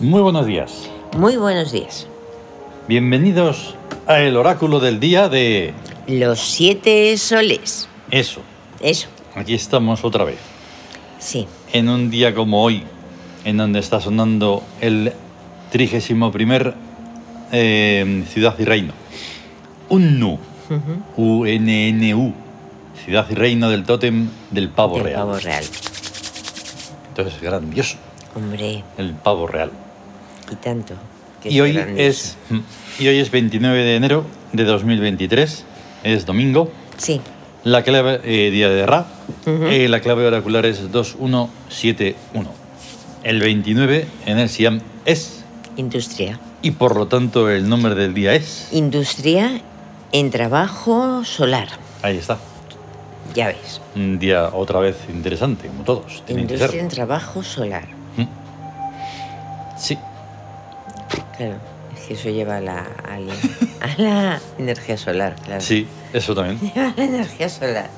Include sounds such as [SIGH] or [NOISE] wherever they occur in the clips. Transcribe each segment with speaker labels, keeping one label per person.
Speaker 1: Muy buenos días.
Speaker 2: Muy buenos días.
Speaker 1: Bienvenidos a el oráculo del día de
Speaker 2: Los siete soles.
Speaker 1: eso.
Speaker 2: Eso,
Speaker 1: Aquí estamos otra vez.
Speaker 2: sí.
Speaker 1: En un día como hoy, en donde está sonando el 31 primer eh, ciudad y reino. UNNU,
Speaker 2: Ujú.
Speaker 1: U-N-N-U, ciudad y reino del tótem del pavo
Speaker 2: Del
Speaker 1: real.
Speaker 2: pavo real.
Speaker 1: Entonces, grandioso,
Speaker 2: Hombre,
Speaker 1: el pavo real.
Speaker 2: y tanto. que
Speaker 1: Y hoy,
Speaker 2: grande
Speaker 1: es, y hoy es 29 de enero de 2023, es domingo.
Speaker 2: Sí,
Speaker 1: La clave, eh, día de Ra,
Speaker 2: Ujú.
Speaker 1: Eh, la clave oracular es 2171. El 29 en el Siam es,
Speaker 2: industria.
Speaker 1: y por lo tanto el nombre del día es.
Speaker 2: Industria en trabajo solar.
Speaker 1: Ahí está.
Speaker 2: Ya ves.
Speaker 1: Un día otra vez interesante, como todos. Tienen que
Speaker 2: Industria en
Speaker 1: ser.
Speaker 2: trabajo solar.
Speaker 1: Sí,
Speaker 2: Claro, es que eso lleva a la, a la, a la energía solar, claro.
Speaker 1: sí, eso también.
Speaker 2: Lleva [LAUGHS] a la energía solar.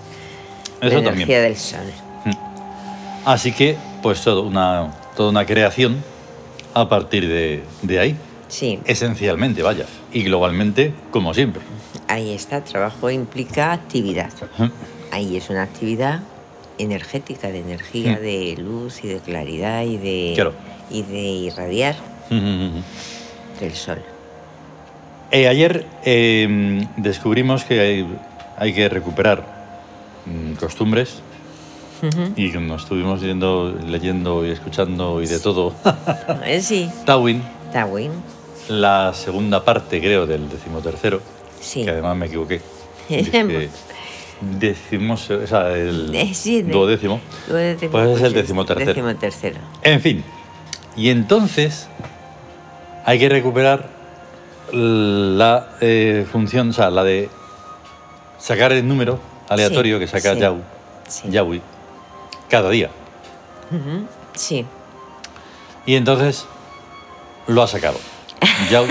Speaker 1: Eso
Speaker 2: la energía
Speaker 1: también.
Speaker 2: del sol.
Speaker 1: Así que, pues todo una, toda una creación a partir de, de ahí.
Speaker 2: Sí,
Speaker 1: Esencialmente, vaya. Y globalmente, como siempre. [LAUGHS]
Speaker 2: ahí está. Trabajo implica actividad.
Speaker 1: Ujú.
Speaker 2: Ahí es una actividad energética, de energía,
Speaker 1: Mm.
Speaker 2: de luz y de claridad y de,
Speaker 1: Claro.
Speaker 2: y de irradiar
Speaker 1: Ujú.
Speaker 2: del sol.
Speaker 1: Eh, ayer eh, descubrimos que hay, hay que recuperar mm, costumbres y nos estuvimos yendo, leyendo y escuchando y de todo. [LAUGHS]
Speaker 2: Eh, sí,
Speaker 1: Tawin,
Speaker 2: Tawin,
Speaker 1: la segunda parte creo del decimotercero,
Speaker 2: sí.
Speaker 1: que además me
Speaker 2: [LAUGHS]
Speaker 1: equivoqué. Dije decimos, o sea, el
Speaker 2: Eh, [LAUGHS] sí, de-
Speaker 1: duodécimo.
Speaker 2: Luego de-
Speaker 1: Pues es el decimotercero.
Speaker 2: decimotercero.
Speaker 1: En fin, y entonces hay que recuperar la eh, función, o sea, la de sacar el número aleatorio
Speaker 2: Sí,
Speaker 1: que saca
Speaker 2: sí,
Speaker 1: Yahoo,
Speaker 2: sí.
Speaker 1: Yahweh cada día.
Speaker 2: Ujú, Sí,
Speaker 1: Y entonces lo ha
Speaker 2: [LAUGHS]
Speaker 1: sacado. Yahoo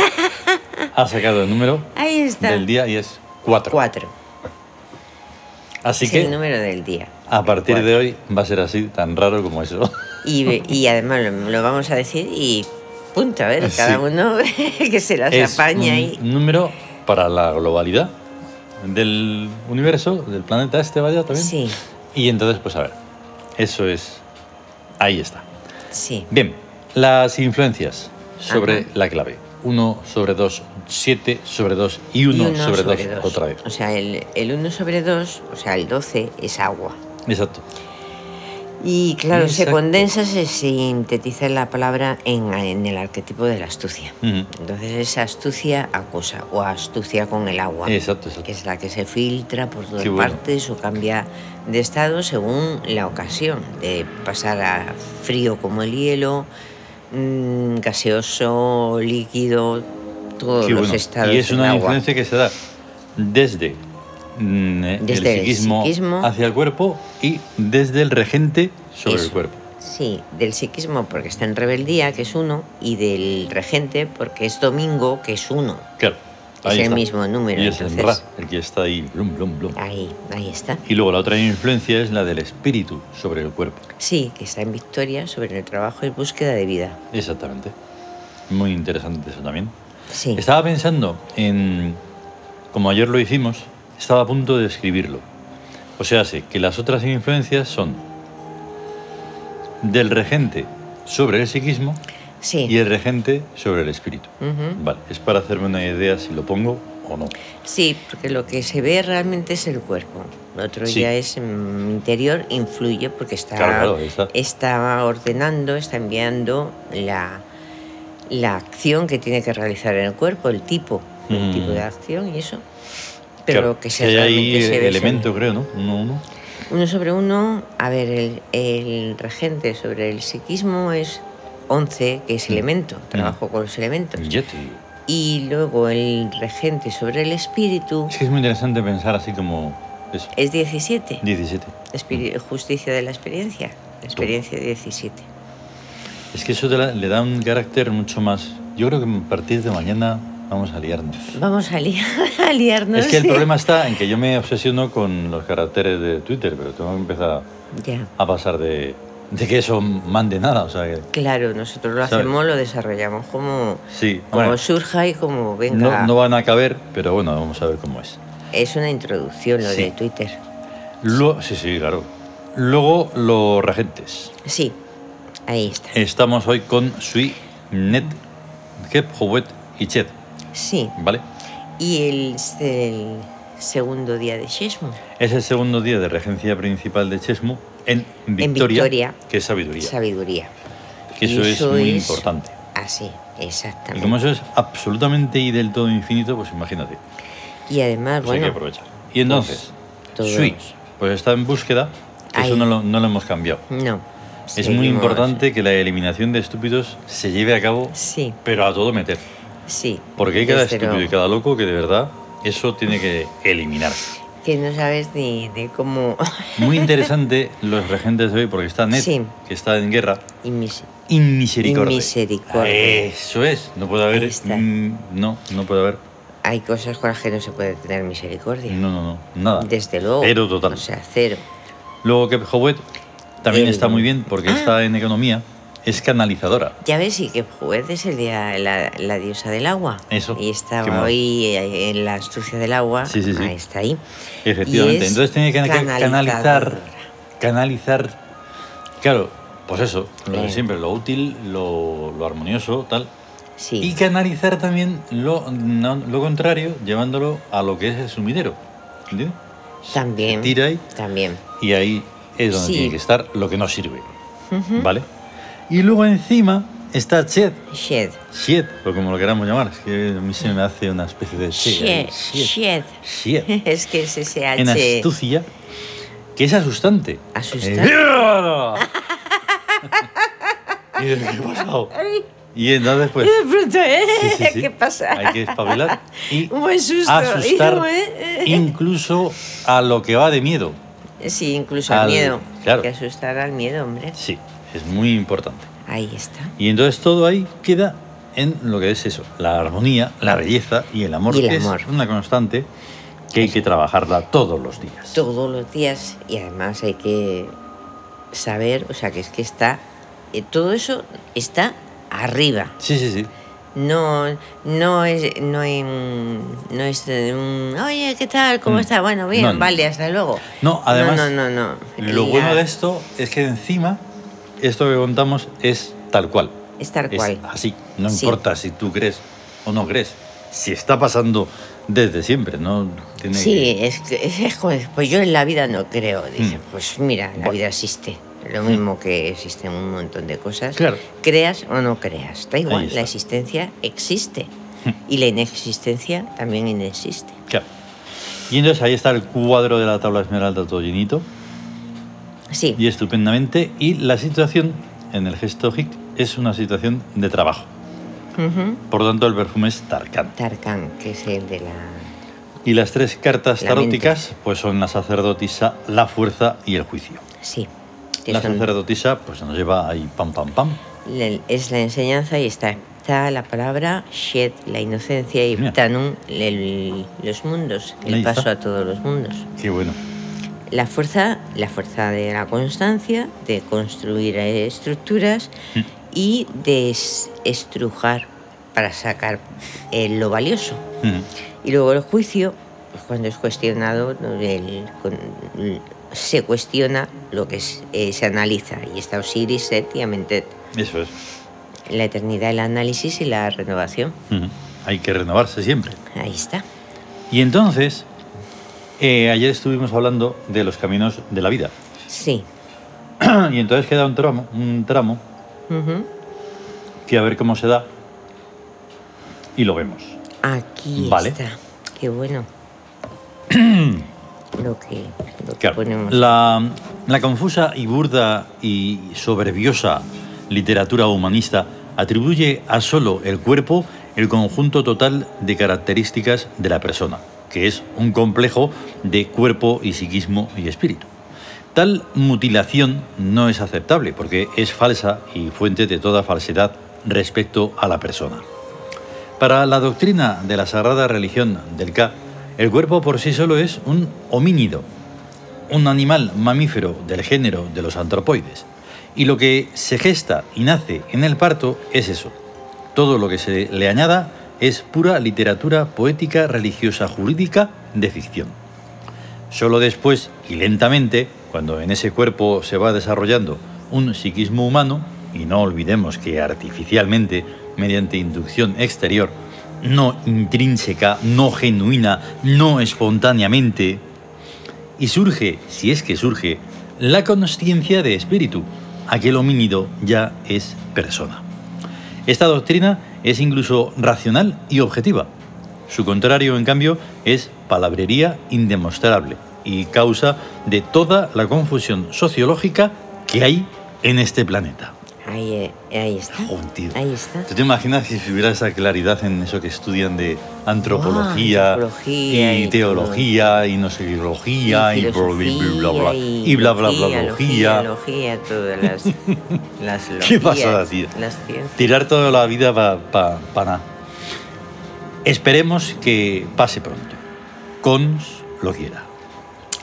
Speaker 1: ha sacado el número
Speaker 2: ahí está.
Speaker 1: del día y es 4.
Speaker 2: Cuatro.
Speaker 1: Así
Speaker 2: es
Speaker 1: que
Speaker 2: el número del día.
Speaker 1: a partir
Speaker 2: Cuatro.
Speaker 1: de hoy va a ser así, tan raro como eso.
Speaker 2: Y, ve- y además lo, lo vamos a decir y punto. A ver,
Speaker 1: Ah, Sí.
Speaker 2: cada uno [LAUGHS] que se las
Speaker 1: es un
Speaker 2: apaña ahí.
Speaker 1: número para la globalidad del universo, del planeta este, vaya también.
Speaker 2: Sí,
Speaker 1: Y entonces, pues a ver, eso es. Ahí está.
Speaker 2: sí.
Speaker 1: Bien, las influencias sobre
Speaker 2: Ajá.
Speaker 1: la clave. 1 sobre 2, 7 sobre 2 y 1
Speaker 2: uno
Speaker 1: sobre 2
Speaker 2: dos.
Speaker 1: otra vez.
Speaker 2: O sea, el, 1 sobre 2, o sea, el 12 es agua.
Speaker 1: Exacto.
Speaker 2: Y claro, se
Speaker 1: Exacto.
Speaker 2: condensa, se sintetiza en la palabra en, en el arquetipo de la astucia.
Speaker 1: Ujú.
Speaker 2: Entonces es astucia acuosa o astucia con el agua,
Speaker 1: Exacto, exacto.
Speaker 2: que es la que se filtra por todas
Speaker 1: Qué bueno.
Speaker 2: partes o cambia de estado según la ocasión, de pasar a frío como el hielo, mm, gaseoso, líquido, todos
Speaker 1: Qué
Speaker 2: los
Speaker 1: bueno.
Speaker 2: estados
Speaker 1: Y es
Speaker 2: del
Speaker 1: una
Speaker 2: agua.
Speaker 1: influencia que se da desde, mm,
Speaker 2: Desde el
Speaker 1: el, psiquismo
Speaker 2: psiquismo.
Speaker 1: hacia el cuerpo y desde el regente sobre el
Speaker 2: Eso.
Speaker 1: cuerpo.
Speaker 2: Sí, del psiquismo porque está en rebeldía, que es uno, y del regente porque es domingo, que es uno.
Speaker 1: Claro.
Speaker 2: Es
Speaker 1: ahí
Speaker 2: el
Speaker 1: está.
Speaker 2: mismo número,
Speaker 1: Y es el
Speaker 2: entonces.
Speaker 1: Ra, el que está ahí, blum, blum, blum.
Speaker 2: Ahí, ahí está.
Speaker 1: Y luego la otra influencia es la del espíritu sobre el cuerpo.
Speaker 2: Sí, que está en victoria sobre el trabajo y búsqueda de vida.
Speaker 1: Exactamente. Muy interesante eso también.
Speaker 2: Sí.
Speaker 1: Estaba pensando en, como ayer lo hicimos, estaba a punto de escribirlo. O sea, sé que las otras influencias son del regente sobre el psiquismo
Speaker 2: Sí.
Speaker 1: y el regente sobre el espíritu.
Speaker 2: Ujú.
Speaker 1: Vale, es para hacerme una idea si lo pongo o no.
Speaker 2: Sí, porque lo que se ve realmente es el cuerpo. Lo otro
Speaker 1: Sí.
Speaker 2: ya es mm, interior, influye porque está,
Speaker 1: Claro, claro, está.
Speaker 2: está ordenando, está enviando la, la acción que tiene que realizar en el cuerpo, el tipo, el
Speaker 1: Mm.
Speaker 2: tipo de acción y eso. Pero
Speaker 1: Claro,
Speaker 2: lo que se
Speaker 1: hay ahí
Speaker 2: realmente se ve es el-
Speaker 1: elemento, creo, ¿no? Uno, uno.
Speaker 2: Uno sobre uno, a ver, el, el regente sobre el psiquismo es 11, que
Speaker 1: Mm.
Speaker 2: es elemento, trabajo con los elementos.
Speaker 1: Yo te digo.
Speaker 2: Y luego el regente sobre el espíritu
Speaker 1: Es que es muy interesante pensar así como eso.
Speaker 2: es 17.
Speaker 1: 17. Mm.
Speaker 2: Espiri- Justicia de la experiencia. Experiencia 17.
Speaker 1: Es que eso te la- le da un carácter mucho más. Yo creo que a partir de mañana vamos a liarnos.
Speaker 2: Vamos a, li- [LAUGHS] a liarnos.
Speaker 1: es que el
Speaker 2: ¿eh?
Speaker 1: problema está en que yo me obsesiono con los caracteres de Twitter, pero tengo que empezar
Speaker 2: Ya,
Speaker 1: a pasar de, de que eso mande nada. O sea, que,
Speaker 2: claro, nosotros lo
Speaker 1: ¿Sabes?
Speaker 2: hacemos, lo desarrollamos como,
Speaker 1: sí,
Speaker 2: como
Speaker 1: hombre,
Speaker 2: surja y como venga.
Speaker 1: no, no van a caber, pero bueno, vamos a ver cómo es.
Speaker 2: Es una introducción lo
Speaker 1: Sí.
Speaker 2: de Twitter.
Speaker 1: Luego, sí, sí, claro. Luego, los regentes.
Speaker 2: Sí, ahí está.
Speaker 1: Eh. Estamos hoy con Sui, Net, Gep, Howet y Chet,
Speaker 2: Sí,
Speaker 1: ¿vale?
Speaker 2: y el, el segundo día de Shesmo.
Speaker 1: Es el segundo día de regencia principal de Chesmu en Victoria,
Speaker 2: Victoria.
Speaker 1: que es sabiduría.
Speaker 2: Sabiduría.
Speaker 1: que eso,
Speaker 2: Y
Speaker 1: es muy importante.
Speaker 2: Así,
Speaker 1: Y como
Speaker 2: exactamente.
Speaker 1: eso es absolutamente y del todo infinito, pues imagínate,
Speaker 2: Y además,
Speaker 1: pues hay que
Speaker 2: bueno,
Speaker 1: aprovechar. Y entonces,
Speaker 2: todos-
Speaker 1: Sui, pues está en búsqueda, que eso
Speaker 2: Ahí.
Speaker 1: no lo, no lo hemos cambiado.
Speaker 2: no.
Speaker 1: es muy
Speaker 2: seguimos-
Speaker 1: importante que la eliminación de estúpidos se lleve a cabo,
Speaker 2: Sí,
Speaker 1: pero a todo meter.
Speaker 2: sí.
Speaker 1: Porque hay cada
Speaker 2: Desde
Speaker 1: estúpido y
Speaker 2: luego.
Speaker 1: cada loco que de verdad eso tiene que eliminarse.
Speaker 2: Que no sabes ni de cómo. [LAUGHS]
Speaker 1: Muy interesante los regentes de hoy, porque está Ned,
Speaker 2: Sí.
Speaker 1: que está en guerra,
Speaker 2: y mis-
Speaker 1: Inmisericordia.
Speaker 2: Inmisericordia.
Speaker 1: Eso es. No puede
Speaker 2: Ahí
Speaker 1: haber.
Speaker 2: está.
Speaker 1: mm, No, no puede haber.
Speaker 2: Hay cosas con las que no se puede tener misericordia.
Speaker 1: No, no, no. Nada.
Speaker 2: Desde luego.
Speaker 1: Cero total.
Speaker 2: O sea, cero.
Speaker 1: Luego que Howet también
Speaker 2: El-
Speaker 1: está muy bien porque
Speaker 2: Ah.
Speaker 1: está en economía. Es canalizadora.
Speaker 2: Ya ves, y que Juez es el día, la, la diosa del agua.
Speaker 1: Eso,
Speaker 2: Y
Speaker 1: qué
Speaker 2: estaba
Speaker 1: mono.
Speaker 2: hoy eh, en la astucia del agua.
Speaker 1: Sí, sí, sí.
Speaker 2: Ah, está ahí.
Speaker 1: Efectivamente.
Speaker 2: es
Speaker 1: Entonces tiene que
Speaker 2: canalizadora.
Speaker 1: canalizar. Canalizar. Claro, pues eso. Lo de
Speaker 2: Eh.
Speaker 1: siempre. Lo útil, lo, lo armonioso, tal. Y
Speaker 2: Sí.
Speaker 1: canalizar también lo, no- lo contrario, llevándolo a lo que es el sumidero. ¿Entiendes?
Speaker 2: También.
Speaker 1: Tira ahí.
Speaker 2: También.
Speaker 1: Y ahí es donde
Speaker 2: Sí.
Speaker 1: tiene que estar lo que no sirve. ¿Vale? Y luego encima está Chet.
Speaker 2: Shed.
Speaker 1: Chet, o como lo queramos llamar. Es que a mí se me hace una especie de... che,
Speaker 2: Shed.
Speaker 1: Chet.
Speaker 2: Shed. [LAUGHS]
Speaker 1: Chet.
Speaker 2: Es que es ese
Speaker 1: En
Speaker 2: H. [LAUGHS]
Speaker 1: astucia, que es asustante. Eh,
Speaker 2: Asustante. [LAUGHS]
Speaker 1: y dices, ¿qué ha pasado? Y entonces
Speaker 2: [LAUGHS]
Speaker 1: pues...
Speaker 2: De pronto, ¿eh?
Speaker 1: sí, sí, sí,
Speaker 2: ¿Qué pasa?
Speaker 1: Hay que espabilar y
Speaker 2: [LAUGHS] Un buen susto.
Speaker 1: asustar
Speaker 2: [LAUGHS] Y luego, ¿eh?
Speaker 1: incluso a lo que va de miedo.
Speaker 2: Sí, incluso
Speaker 1: al-
Speaker 2: al miedo.
Speaker 1: claro.
Speaker 2: Que asustar al miedo, hombre.
Speaker 1: Sí, es muy importante.
Speaker 2: Ahí está.
Speaker 1: Y entonces todo ahí queda en lo que es eso, la armonía, la belleza y el amor,
Speaker 2: Y el
Speaker 1: que
Speaker 2: amor.
Speaker 1: es una constante que hay que trabajarla todos los días.
Speaker 2: todos los días y además hay que saber, o sea, que es que está, eh, todo eso está arriba.
Speaker 1: Sí, sí, sí.
Speaker 2: No, no es, no hay un- no es eh, un, oye, ¿qué tal? ¿Cómo
Speaker 1: Mm.
Speaker 2: está? Bueno, bien,
Speaker 1: No, no.
Speaker 2: vale, hasta luego.
Speaker 1: No, además,
Speaker 2: no, no, no, no.
Speaker 1: lo
Speaker 2: La-
Speaker 1: bueno de esto es que encima esto que contamos es tal cual.
Speaker 2: es tal
Speaker 1: Es
Speaker 2: cual.
Speaker 1: así. No
Speaker 2: Sí.
Speaker 1: importa si tú crees o no crees. Si está pasando desde siempre, ¿no? Tiene
Speaker 2: Sí, es que es- es como, pues yo en la vida no creo. Dice,
Speaker 1: Mm.
Speaker 2: pues mira, la
Speaker 1: Bueno.
Speaker 2: vida existe. Lo mismo que existen un montón de cosas.
Speaker 1: Claro.
Speaker 2: Creas o no creas. Da igual,
Speaker 1: está. Mm.
Speaker 2: la existencia existe. Y la inexistencia también inexiste.
Speaker 1: que- claro. Y entonces ahí está el cuadro de la tabla esmeralda todo llenito.
Speaker 2: Sí,
Speaker 1: y estupendamente. Y la situación en el gesto hic es una situación de trabajo.
Speaker 2: ujú.
Speaker 1: Por lo tanto, el perfume es Tarkan.
Speaker 2: Tarkan, que es el de la.
Speaker 1: Y las tres cartas
Speaker 2: La mente.
Speaker 1: taróticas pues son la sacerdotisa, la fuerza y el juicio.
Speaker 2: Sí. que
Speaker 1: La
Speaker 2: son-
Speaker 1: sacerdotisa pues nos lleva ahí pam pam pam.
Speaker 2: le- es la enseñanza y está. Está la palabra Shed, la inocencia, y
Speaker 1: Mira.
Speaker 2: Tanun, el- los mundos, el
Speaker 1: Ahí está.
Speaker 2: paso a todos los mundos.
Speaker 1: Qué bueno.
Speaker 2: La fuerza, la fuerza de la constancia, de construir eh, estructuras
Speaker 1: Mm.
Speaker 2: y de es- estrujar para sacar eh, lo valioso.
Speaker 1: Mm.
Speaker 2: Y luego el juicio, pues cuando es cuestionado, ¿no? El- con- l- se cuestiona lo que es- eh, se analiza. Y está Osiris, Set y Amentet.
Speaker 1: Eso es.
Speaker 2: La eternidad, el análisis y la renovación.
Speaker 1: Mm. Hay que renovarse siempre.
Speaker 2: Ahí está.
Speaker 1: Y entonces, eh, ayer estuvimos hablando de los caminos de la vida.
Speaker 2: Sí.
Speaker 1: y entonces queda un tramo, un tramo
Speaker 2: Ujú.
Speaker 1: que a ver cómo se da. Y lo vemos.
Speaker 2: Aquí
Speaker 1: Vale.
Speaker 2: está.
Speaker 1: [CLEARS THROAT]
Speaker 2: Qué bueno. lo que, lo que
Speaker 1: Claro,
Speaker 2: ponemos.
Speaker 1: La, la confusa y burda y soberbiosa literatura humanista atribuye a solo el cuerpo el conjunto total de características de la persona, que es un complejo de cuerpo y psiquismo y espíritu. Tal mutilación no es aceptable porque es falsa y fuente de toda falsedad respecto a la persona. Para la doctrina de la sagrada religión del K, el cuerpo por sí solo es un homínido, un animal mamífero del género de los antropoides. Y lo que se gesta y nace en el parto es eso. Todo lo que se le añada es pura literatura poética, religiosa, jurídica de ficción. Solo después y lentamente, cuando en ese cuerpo se va desarrollando un psiquismo humano, y no olvidemos que artificialmente, mediante inducción exterior, no intrínseca, no genuina, no espontáneamente, y surge, si es que surge, la conciencia de espíritu. Aquel homínido ya es persona. Esta doctrina es incluso racional y objetiva. Su contrario, en cambio, es palabrería indemostrable y causa de toda la confusión sociológica que hay en este planeta.
Speaker 2: Ahí, eh, ahí está.
Speaker 1: Joder, Oh, tío.
Speaker 2: Ahí está.
Speaker 1: ¿Tú te imaginas si hubiera esa claridad en eso que estudian de Ah, antropología,
Speaker 2: Guau, antropología
Speaker 1: y,
Speaker 2: y
Speaker 1: teología y no sé, biología y, bla, bla, bla, bla, y bla, bla, bla, bla, logía.
Speaker 2: logía, logía, todas las,
Speaker 1: [LAUGHS]
Speaker 2: las
Speaker 1: Qué
Speaker 2: logías,
Speaker 1: pasada, tío.
Speaker 2: Las ciencias.
Speaker 1: Tirar toda la vida para pa, pa nada. Esperemos que pase pronto. Cons lo quiera.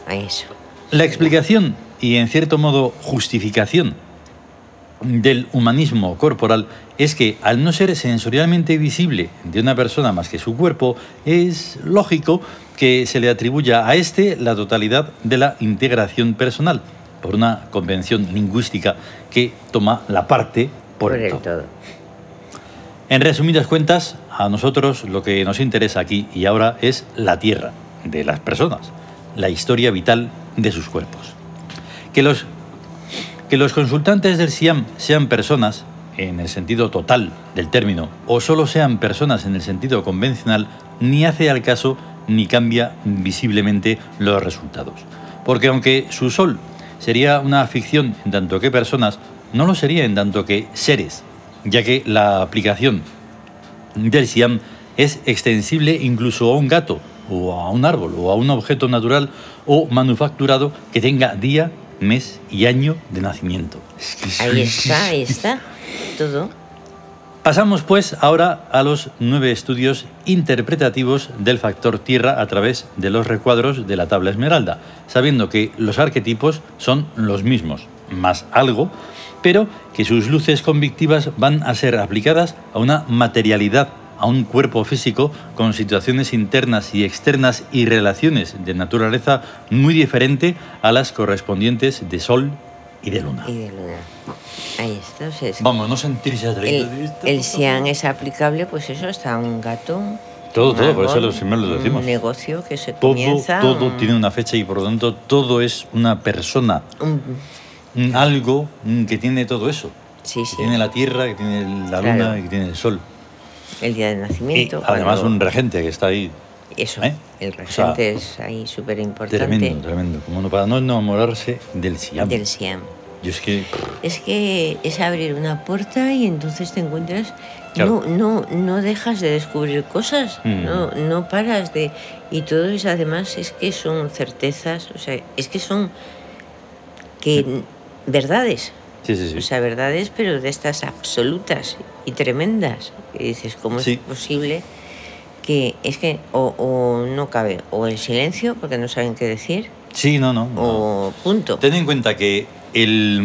Speaker 2: A eso.
Speaker 1: La explicación y en cierto modo justificación del humanismo corporal es que al no ser sensorialmente visible de una persona más que su cuerpo, es lógico que se le atribuya a este la totalidad de la integración personal, por una convención lingüística que toma la parte por, el todo. En resumidas cuentas, a nosotros lo que nos interesa aquí y ahora es la tierra de las personas, la historia vital de sus cuerpos. Que los, que los consultantes del SIAM sean personas, en el sentido total del término, o solo sean personas en el sentido convencional, ni hace al caso ni cambia visiblemente los resultados. Porque aunque su sol sería una ficción en tanto que personas, no lo sería en tanto que seres, ya que la aplicación del SIAM es extensible incluso a un gato, o a un árbol, o a un objeto natural o manufacturado que tenga día, mes y año de nacimiento.
Speaker 2: Ahí está,
Speaker 1: [LAUGHS]
Speaker 2: ahí está. Todo.
Speaker 1: Pasamos pues ahora a los nueve estudios interpretativos del factor tierra a través de los recuadros de la tabla esmeralda, sabiendo que los arquetipos son los mismos, más algo, pero que sus luces convictivas van a ser aplicadas a una materialidad, a un cuerpo físico con situaciones internas y externas y relaciones de naturaleza muy diferente a las correspondientes de sol y de luna.
Speaker 2: Y de luna. Ahí está. o sea, es-
Speaker 1: Vamos, no sentirse atraído de
Speaker 2: el,
Speaker 1: esto,
Speaker 2: el
Speaker 1: por favor.
Speaker 2: SIAN es aplicable, pues eso, está un gato.
Speaker 1: Todo,
Speaker 2: un
Speaker 1: todo, por eso
Speaker 2: árbol,
Speaker 1: lo- siempre lo decimos.
Speaker 2: Un negocio que se
Speaker 1: Todo,
Speaker 2: comienza.
Speaker 1: todo
Speaker 2: un-
Speaker 1: tiene una fecha y por lo tanto todo es una persona,
Speaker 2: un-
Speaker 1: un algo mm, que tiene todo eso.
Speaker 2: sí,
Speaker 1: Que
Speaker 2: sí.
Speaker 1: tiene la tierra, que tiene la luna
Speaker 2: Claro.
Speaker 1: y que tiene el sol.
Speaker 2: El día de
Speaker 1: Y
Speaker 2: nacimiento.
Speaker 1: además
Speaker 2: cuando-
Speaker 1: un regente que está ahí.
Speaker 2: Eso,
Speaker 1: ¿eh?
Speaker 2: el
Speaker 1: O sea,
Speaker 2: regente es ahí súper importante
Speaker 1: Tremendo, tremendo. Como no, para no enamorarse del Siam.
Speaker 2: del SIAM.
Speaker 1: Yo es que
Speaker 2: Es que es abrir una puerta y entonces te encuentras.
Speaker 1: Claro.
Speaker 2: No, no, no dejas de descubrir cosas,
Speaker 1: Mm.
Speaker 2: no, no paras de. Y todo es además es que son certezas, o sea, es que son que verdades.
Speaker 1: Sí, sí, sí.
Speaker 2: O sea, verdades, pero de estas absolutas y tremendas. Y dices, ¿cómo
Speaker 1: Sí.
Speaker 2: es posible que es que o, o no cabe, o el silencio, porque no saben qué decir,
Speaker 1: sí, no, no. no.
Speaker 2: o punto.
Speaker 1: Ten en cuenta que el,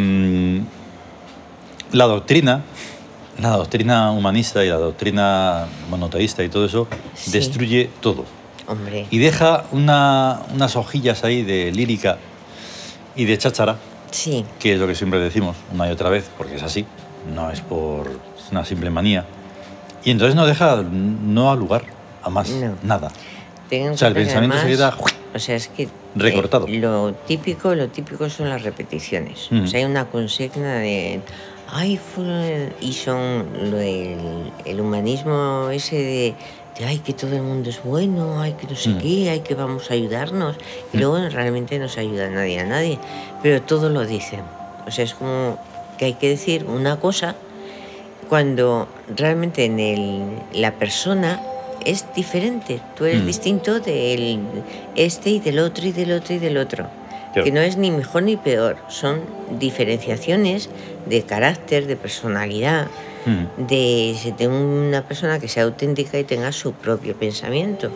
Speaker 1: mm, la doctrina, la doctrina humanista y la doctrina monoteísta y todo eso,
Speaker 2: Sí.
Speaker 1: destruye todo.
Speaker 2: Hombre,
Speaker 1: Y deja una- unas hojillas ahí de lírica y de cháchara,
Speaker 2: sí,
Speaker 1: que es lo que siempre decimos una y otra vez, porque es así, no es por una simple manía. Y entonces no deja, no a lugar a más
Speaker 2: No.
Speaker 1: nada.
Speaker 2: Tengan
Speaker 1: O sea, el
Speaker 2: que tener
Speaker 1: pensamiento se
Speaker 2: más-
Speaker 1: queda,
Speaker 2: O sea, es que.
Speaker 1: recortado.
Speaker 2: eh, lo típico, lo típico son las repeticiones.
Speaker 1: Mm.
Speaker 2: O sea, hay una consigna de. Ay, fulano", y son lo del- el humanismo ese de, de, ay, que todo el mundo es bueno, ay, que no sé
Speaker 1: Mm.
Speaker 2: qué, ay, que vamos a ayudarnos. Y luego realmente no se ayuda a nadie, a nadie. Pero todo lo dicen. O sea, es como que hay que decir una cosa cuando realmente en el, la persona es diferente, tú eres
Speaker 1: Mm.
Speaker 2: distinto del este y del otro y del otro y del otro.
Speaker 1: Claro.
Speaker 2: Que no es ni mejor ni peor, son diferenciaciones de carácter, de personalidad,
Speaker 1: Mm.
Speaker 2: de, de una persona que sea auténtica y tenga su propio pensamiento,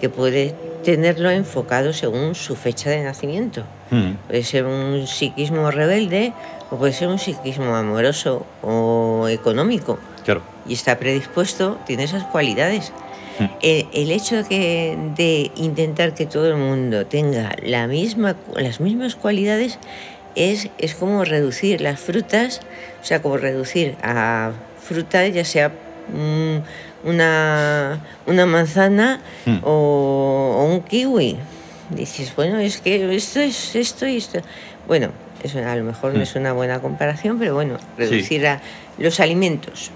Speaker 2: que puede tenerlo enfocado según su fecha de nacimiento.
Speaker 1: Mm.
Speaker 2: Puede ser un psiquismo rebelde o puede ser un psiquismo amoroso o económico.
Speaker 1: Claro.
Speaker 2: Y está predispuesto, tiene esas cualidades.
Speaker 1: Mm.
Speaker 2: El, el hecho de, que, de intentar que todo el mundo tenga la misma, cu- las mismas cualidades es, es como reducir las frutas, o sea, como reducir a fruta, ya sea mm, una, una manzana
Speaker 1: Mm.
Speaker 2: o, o un kiwi. Dices, bueno, es que esto es esto y esto. Bueno, eso a lo mejor
Speaker 1: Mm.
Speaker 2: no es una buena comparación, pero bueno,
Speaker 1: Sí.
Speaker 2: reducir a los alimentos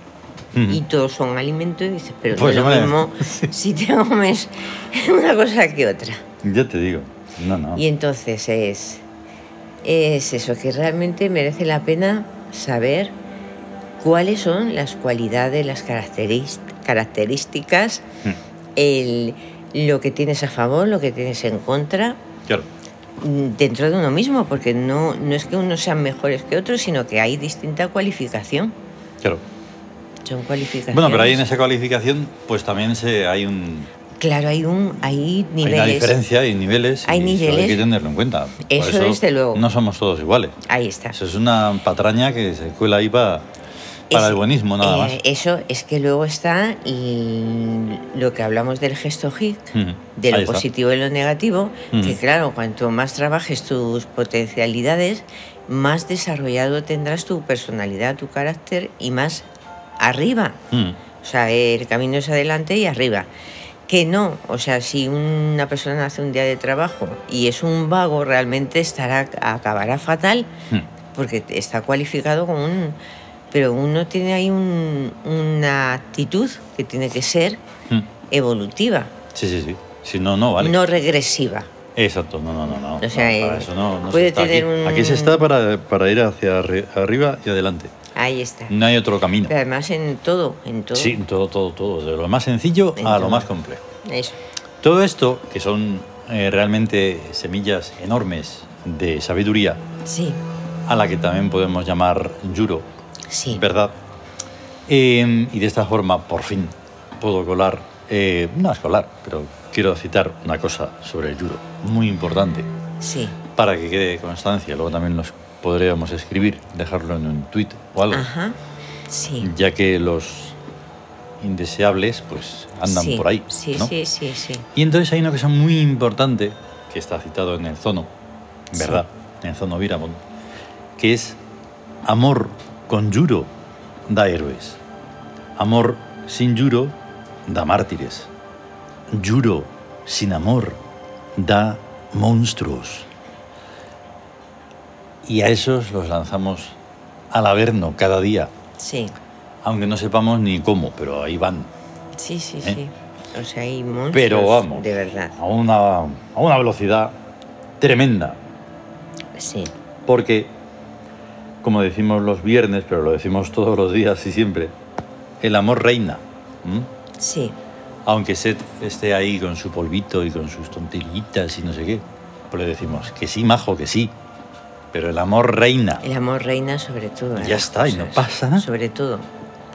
Speaker 1: Mm.
Speaker 2: y todos son alimentos y dices, pero
Speaker 1: Pues,
Speaker 2: no es
Speaker 1: hombre. [LAUGHS]
Speaker 2: lo mismo si te comes [LAUGHS] una cosa que otra.
Speaker 1: Ya te digo. No, no.
Speaker 2: Y entonces es, es eso, que realmente merece la pena saber cuáles son las cualidades, las caracteris- características,
Speaker 1: Mm.
Speaker 2: el, lo que tienes a favor, lo que tienes en contra
Speaker 1: Claro.
Speaker 2: mm, dentro de uno mismo, porque no, no es que unos sean mejores que otros, sino que hay distinta cualificación.
Speaker 1: Claro.
Speaker 2: Son cualificaciones.
Speaker 1: Bueno, pero ahí en esa cualificación, pues también se, hay un
Speaker 2: Claro, hay un hay
Speaker 1: hay una
Speaker 2: niveles.
Speaker 1: diferencia, hay niveles,
Speaker 2: Hay
Speaker 1: y eso
Speaker 2: niveles.
Speaker 1: hay que tenerlo en cuenta. Por
Speaker 2: Eso desde luego.
Speaker 1: No somos todos iguales.
Speaker 2: Ahí está.
Speaker 1: Eso es una patraña que se cuela ahí pa- para
Speaker 2: Es-
Speaker 1: el buenismo, nada
Speaker 2: eh,
Speaker 1: más.
Speaker 2: Eso es que luego está y lo que hablamos del gesto HIC,
Speaker 1: Ujú.
Speaker 2: de
Speaker 1: Mm.
Speaker 2: lo
Speaker 1: Ahí está. Mm.
Speaker 2: positivo y lo negativo,
Speaker 1: Ujú.
Speaker 2: que claro, cuanto más trabajes tus potencialidades, más desarrollado tendrás tu personalidad, tu carácter y más arriba.
Speaker 1: Ujú.
Speaker 2: O sea, el camino es adelante y arriba. Que no, o sea, si una persona hace un día de trabajo y es un vago, realmente estará, acabará fatal
Speaker 1: Ujú.
Speaker 2: porque te- está cualificado como un... Pero uno tiene ahí un- una actitud que tiene que ser
Speaker 1: Ujú.
Speaker 2: evolutiva,
Speaker 1: mm. Sí, sí, sí. Si no, no vale.
Speaker 2: no regresiva.
Speaker 1: Exacto, no, no, no. no.
Speaker 2: O sea,
Speaker 1: No, para
Speaker 2: eh,
Speaker 1: eso no, no se
Speaker 2: puede
Speaker 1: está aquí.
Speaker 2: tener un-
Speaker 1: Aquí se está para, para ir hacia arri- arriba y adelante.
Speaker 2: Ahí está.
Speaker 1: No hay otro camino.
Speaker 2: Pero además en todo, en todo.
Speaker 1: Mm. Sí, todo, todo, todo. De lo más sencillo a lo
Speaker 2: Entonces-
Speaker 1: más complejo.
Speaker 2: Eso.
Speaker 1: Todo esto, que son eh, realmente semillas enormes de sabiduría,
Speaker 2: Sí,
Speaker 1: a la que también podemos llamar yuro,
Speaker 2: sí.
Speaker 1: ¿verdad? Eh, y de esta forma, por fin, puedo colar, eh, no es colar, pero quiero citar una cosa sobre el yuro, muy importante,
Speaker 2: Sí.
Speaker 1: para que quede constancia, luego también los podríamos escribir, dejarlo en un tweet o algo,
Speaker 2: Ajá. Sí.
Speaker 1: ya que los indeseables pues andan
Speaker 2: Sí,
Speaker 1: por ahí.
Speaker 2: Sí,
Speaker 1: ¿no?
Speaker 2: sí, sí, sí.
Speaker 1: Y entonces hay una cosa muy importante que está citado en el Zono, ¿verdad? En el Zono Viramon, que es amor con yuro da héroes. Amor sin yuro da mártires. Yuro sin amor da monstruos. Y a esos los lanzamos al averno cada día,
Speaker 2: Sí,
Speaker 1: aunque no sepamos ni cómo, pero ahí van.
Speaker 2: sí, sí,
Speaker 1: ¿Eh?
Speaker 2: sí. O sea, hay monstruos
Speaker 1: Pero vamos.
Speaker 2: de verdad.
Speaker 1: a una, a una velocidad tremenda.
Speaker 2: Sí,
Speaker 1: Porque, como decimos los viernes, pero lo decimos todos los días y siempre, el amor reina. ¿m?
Speaker 2: sí,
Speaker 1: Aunque Seth esté ahí con su polvito y con sus tonterillitas y no sé qué, pues le decimos que sí, majo, que sí. Pero el amor reina.
Speaker 2: el amor reina sobre todo. en
Speaker 1: Ya
Speaker 2: las
Speaker 1: está, y no
Speaker 2: cosas.
Speaker 1: pasa nada.
Speaker 2: Sobre todo,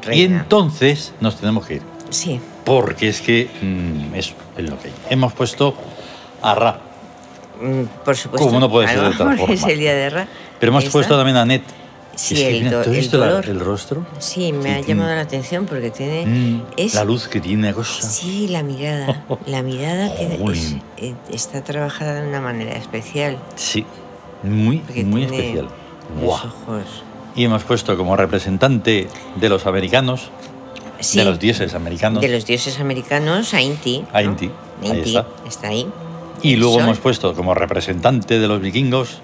Speaker 1: Y
Speaker 2: reina.
Speaker 1: entonces nos tenemos que ir.
Speaker 2: Sí,
Speaker 1: Porque es que mm, eso es lo que hay. Hemos puesto a Ra,
Speaker 2: mm, por supuesto.
Speaker 1: ¿Cómo no puede ser de
Speaker 2: Algo
Speaker 1: otra
Speaker 2: porque
Speaker 1: forma?
Speaker 2: Es el día de Ra.
Speaker 1: pero hemos
Speaker 2: Esta-
Speaker 1: puesto también a Net.
Speaker 2: Sí,
Speaker 1: Es que,
Speaker 2: el,
Speaker 1: mira,
Speaker 2: do-
Speaker 1: ¿tú has
Speaker 2: el
Speaker 1: visto la-
Speaker 2: dolor.
Speaker 1: el rostro?
Speaker 2: Sí, me ha
Speaker 1: Sí,
Speaker 2: llamado
Speaker 1: tiene-
Speaker 2: la atención porque tiene.
Speaker 1: Mm,
Speaker 2: es,
Speaker 1: La luz que tiene la cosa.
Speaker 2: Sí, la mirada. La mirada que es-
Speaker 1: Jolín.
Speaker 2: eh, está trabajada de una manera especial.
Speaker 1: Sí, muy,
Speaker 2: Porque
Speaker 1: muy
Speaker 2: tiene
Speaker 1: especial.
Speaker 2: Los
Speaker 1: Guau.
Speaker 2: ojos.
Speaker 1: Y hemos puesto como representante de los americanos,
Speaker 2: Sí,
Speaker 1: de los dioses americanos,
Speaker 2: de los dioses americanos a Inti.
Speaker 1: A
Speaker 2: ¿no?
Speaker 1: Inti, ahí
Speaker 2: Inti
Speaker 1: está.
Speaker 2: está ahí.
Speaker 1: y
Speaker 2: el
Speaker 1: luego
Speaker 2: sol.
Speaker 1: hemos puesto como representante de los vikingos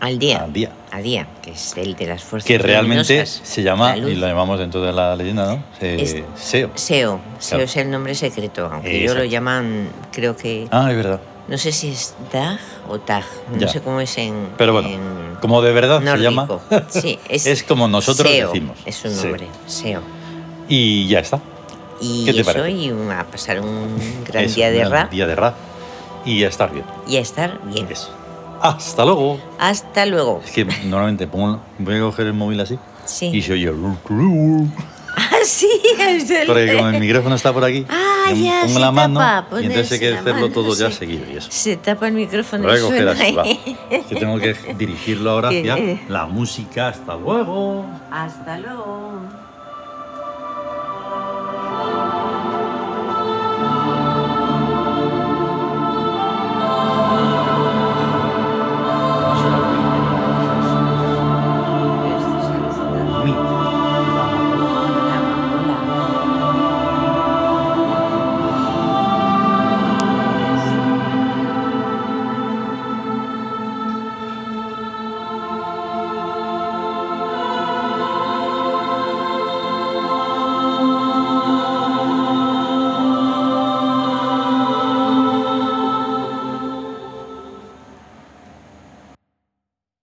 Speaker 2: Al día.
Speaker 1: a Día,
Speaker 2: A día, que es el de las fuerzas
Speaker 1: que realmente
Speaker 2: luminosas,
Speaker 1: se llama,
Speaker 2: la luz.
Speaker 1: y lo llamamos dentro de la leyenda, ¿no? Se-
Speaker 2: Es-
Speaker 1: Seo.
Speaker 2: SEO, SEO
Speaker 1: Claro.
Speaker 2: es el nombre secreto, aunque ellos
Speaker 1: Exacto.
Speaker 2: lo llaman, creo que
Speaker 1: Ah, es verdad.
Speaker 2: No sé si es Dag o Tag, no
Speaker 1: Ya.
Speaker 2: sé cómo es en.
Speaker 1: Pero bueno,
Speaker 2: en
Speaker 1: como de verdad se llama,
Speaker 2: Em, nórdico.
Speaker 1: [LAUGHS]
Speaker 2: Sí, es,
Speaker 1: es como nosotros
Speaker 2: Seo,
Speaker 1: decimos.
Speaker 2: Es un
Speaker 1: Sí.
Speaker 2: nombre, SEO.
Speaker 1: y ya está.
Speaker 2: Y
Speaker 1: ¿Qué te
Speaker 2: eso,
Speaker 1: parece?
Speaker 2: y a
Speaker 1: [LAUGHS]
Speaker 2: pasar un gran
Speaker 1: Es
Speaker 2: día
Speaker 1: un
Speaker 2: de
Speaker 1: gran
Speaker 2: rap
Speaker 1: Día de rap y a estar bien.
Speaker 2: y a estar bien.
Speaker 1: Eso. Hasta luego.
Speaker 2: Hasta luego.
Speaker 1: Es que normalmente pongo- voy a coger el móvil así y
Speaker 2: Sí.
Speaker 1: se oye. ru, ru.
Speaker 2: [LAUGHS] Ah, sí, es el-
Speaker 1: Porque como el micrófono está por aquí,
Speaker 2: Ah,
Speaker 1: yo
Speaker 2: ya,
Speaker 1: pongo
Speaker 2: se
Speaker 1: la mano
Speaker 2: tapa,
Speaker 1: y entonces hay
Speaker 2: ponerse
Speaker 1: que
Speaker 2: la
Speaker 1: hacerlo
Speaker 2: mano,
Speaker 1: todo ya
Speaker 2: sí.
Speaker 1: seguido y eso.
Speaker 2: [LAUGHS] Se tapa el micrófono
Speaker 1: Lo voy
Speaker 2: y
Speaker 1: a coger
Speaker 2: suena
Speaker 1: así, va.
Speaker 2: ahí. eh.
Speaker 1: Que tengo que dirigirlo ahora
Speaker 2: Que-
Speaker 1: hacia la música. Hasta luego.
Speaker 2: Hasta luego.